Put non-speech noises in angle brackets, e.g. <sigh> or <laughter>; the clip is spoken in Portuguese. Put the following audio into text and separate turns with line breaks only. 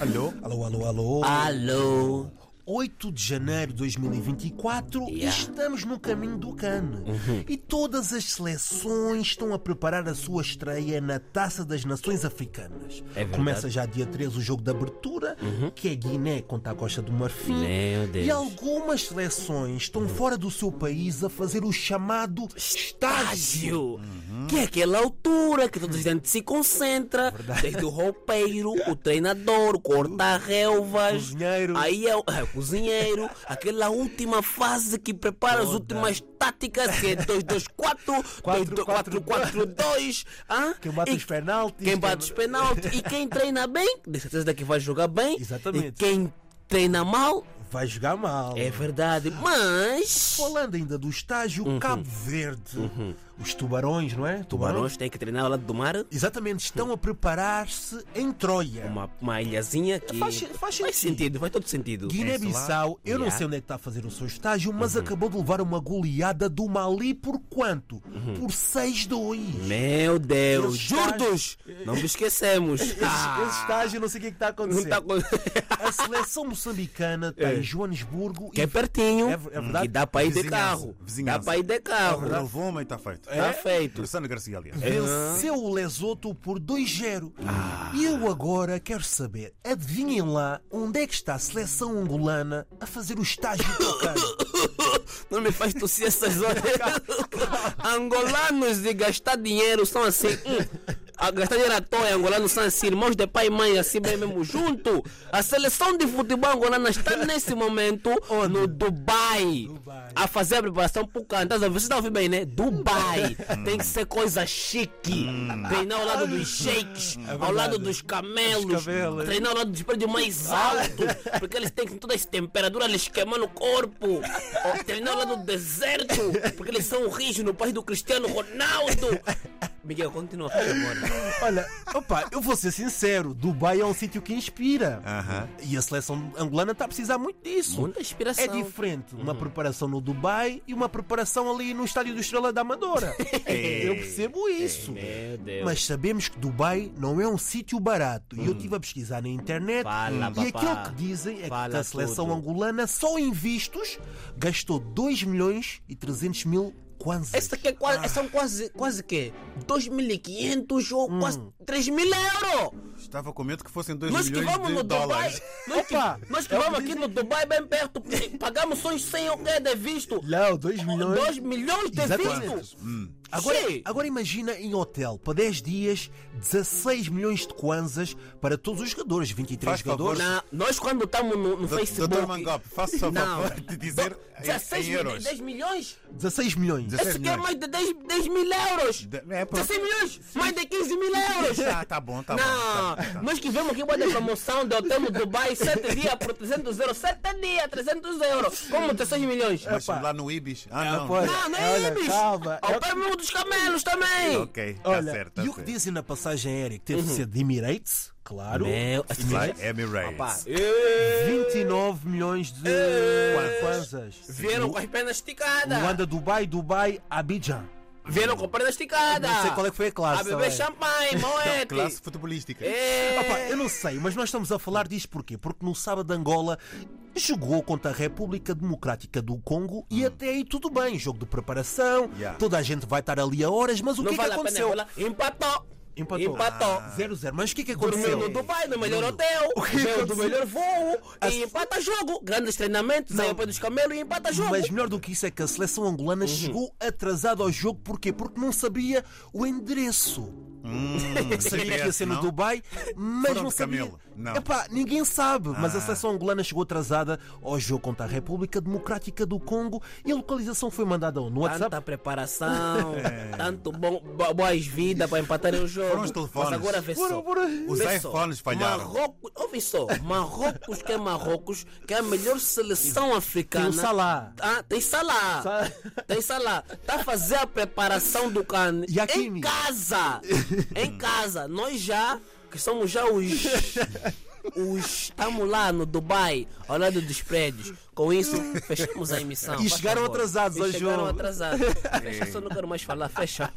Alô?
Alô, alô, alô.
Ah. Alô?
8 de janeiro de 2024 e
Yeah. Uhum.
estamos no caminho do CAN. E todas as seleções estão a preparar a sua estreia na Taça das Nações Africanas.
É verdade. Uhum.
Começa já dia 13 o jogo de abertura, que é Guiné contra a Costa do Marfim.
Meu Deus. Uhum.
E algumas seleções estão fora do seu país a fazer o chamado estágio.
Estágio!
Uhum.
Que é aquela altura que toda a gente se
É
concentra, desde o roupeiro, o treinador, o corta-relvas,
Cozinheiro.
aí é o é, o cozinheiro, aquela última fase que prepara as últimas táticas, que é 2-2-4,
<laughs> Quatro, quatro,
4-4-4-2, hã?
Quem bate
E
os penaltis.
Quem bate os penaltis e quem treina bem, de certeza que vai jogar bem.
Exatamente. Hum.
E quem treina mal,
Vai jogar mal.
é verdade. Mas.
Falando ainda do estágio
Uhum.
Cabo Verde, os tubarões, não é?
Tubarões têm que treinar ao lado do mar.
Exatamente, estão a preparar-se em Troia.
Uma, uma ilhazinha que.
Faz- faz sentido.
sentido, faz todo sentido.
Guiné-Bissau, eu não
Yeah. Uhum.
sei onde é que está a fazer o seu estágio, mas acabou de levar uma goleada do Mali por quanto?
Uhum.
Por 6-2.
Meu Deus,
Esses gajos-
jurdos! Não me esquecemos.
Esse, esse estágio, não sei o que é que está a
Ah. não
acontecer.
tá com... <laughs>
A seleção moçambicana está em Joanesburgo
que
e
é pertinho.
É ver- é verdade.
Que dá para ir de
Vizinhança,
carro.
vizinhança.
Dá para ir de carro.
O Rovuma está feito.
Tá feito. É.
Luciano Garcia, aliás.
venceu o Lesoto por 2-0. E eu agora quero saber, adivinhem lá onde é que está a seleção angolana a fazer o estágio tocando.
Não me faz tossir essas horas. Angolanos de gastar dinheiro são assim. hum, a gastar dinheiro à toa, angolanos são assim, irmãos de pai e mãe, assim bem mesmo junto. A seleção de futebol angolana está nesse momento no Dubai,
Dubai.
a fazer a preparação para o canto. Vocês estão ouvindo bem, né? Dubai tem que ser coisa chique. Treinar ao lado dos sheiks, ao lado dos camelos,
Dos camelos.
treinar ao lado dos prédios mais altos, porque eles têm que toda essa temperatura eles queimando o corpo. Ó, Treinar ao lado do deserto, porque eles são rígidos no país do Cristiano Ronaldo. Miguel, continua agora.
<coughs> Olha, opa, eu vou ser sincero, Dubai é um sítio que inspira. E a seleção angolana está a precisar muito disso.
Muita inspiração.
É diferente
Uhum.
uma preparação no Dubai e uma preparação ali no Estádio do Estrela da
<laughs>
Amadora. eu percebo isso.
É. Meu Deus. Uhum.
Mas sabemos que Dubai não é um sítio barato. E eu estive a pesquisar na internet.
Fala,
e
papá.
aquilo que dizem é que
Fala
a seleção
tudo.
angolana, só em vistos, gastou 2 milhões e 300 mil kwanzas.
Essa aqui é quase, são quase, quase que 2.500 ou quase 3.000 euros.
Estava com medo que fossem 2
Nós
milhões
que vamos
de
no
dólares.
Dubai, nós que,
Opa,
nós que
é o que
vamos aqui no Dubai bem perto, e pagamos só uns 100 o que de visto.
Não, 2 milhões.
2 milhões de
Exatamente.
visto.
Agora,
Hum. Sim.
agora imagina em hotel, para 10 dias, 16 milhões de kwanzas para todos os jogadores, 23
Faz favor.
jogadores.
Na- nós quando estamos no, no Facebook...
Doutor Mangop, faça só o
Não.
favor de dizer
Do-
em-
16
em
mil-
euros.
10 milhões?
16 milhões.
Dezesseis
Esse aqui é
milhões.
mais de 10, 10 mil euros.
De- é, pronto.
16 milhões? Mais de 15 mil euros.
Ah, <laughs> tá bom, tá bom,
Não,
tá bom, tá bom.
nós que vemos aqui uma de promoção do hotel no Dubai, 7 dias por 300 euros, 7 dias, 300 euros, como 16 milhões.
É, Mas
Epá.
lá no Ibis. Ah, não.
pois.
Não, não é
Olha,
Ibis.
calma. é
Ao pé mesmo dos camelos também.
Ok, tá
Olha,
certo. Tá
e o que
certo.
dizem na passagem aérea? Que teve que ser de Emirates, claro.
Uhum. Meu,
Vai,
assim, é-
Emirates.
Pá,
29 milhões de kwanzas.
vieram com as pernas esticadas.
Luanda, Dubai, Dubai, Abidjan.
Vieram com a perna esticada.
Não sei qual é que foi a classe,
A beber
sabe?
champanhe,
Não, classe
moete.
futebolística.
É.
Opa, eu não sei, mas nós estamos a falar disto porquê? Porque no sábado Angola jogou contra a República Democrática do Congo
Hum.
e até aí tudo bem, jogo de preparação,
Yeah.
toda a gente vai estar ali a horas, mas o
Não
que é
vale
que
a pena
aconteceu?
rolar. Empatou.
Empatou.
Empatou. Ah.
0-0, mas o que é que
Dormiu
aconteceu?
no Dubai, no melhor hotel, veio do melhor voo e empata jogo. Grandes treinamentos,
Não.
aí pé dos camelos e empata jogo.
Mas melhor do que isso é que a seleção
Uhum.
angolana chegou atrasada ao jogo, porquê? Porque não sabia o endereço. sabia que ia ser no
Hum, não?
Dubai, mas
Foram
não
de
sabia.
camelo, não. Ah.
Epá, ninguém sabe, mas a seleção angolana chegou atrasada ao jogo contra a República Democrática do Congo e a localização foi mandada no WhatsApp.
Tanta preparação, tanto bom, bo- boas vidas para empatarem o jogo.
Foram os telefones.
Mas agora vê só.
Foram, foram.
Os
Vê só,
iPhones falharam.
Marrocos, ouve só, Marrocos que é Marrocos, que é a melhor seleção africana.
Tem o Salah.
Ah, tem Salah.
Sa-
Tem Salah. Tá a fazer a preparação do carne
E aqui,
em
Mi?
casa. em casa. Nós já, que somos já os... Os estamos lá no Dubai, ao lado dos prédios. Com isso, fechamos a emissão.
E
Faz
chegaram
favor.
atrasados
E
ao <laughs>
chegaram
jogo.
atrasados. Fecha, só não quero mais falar. Fecha.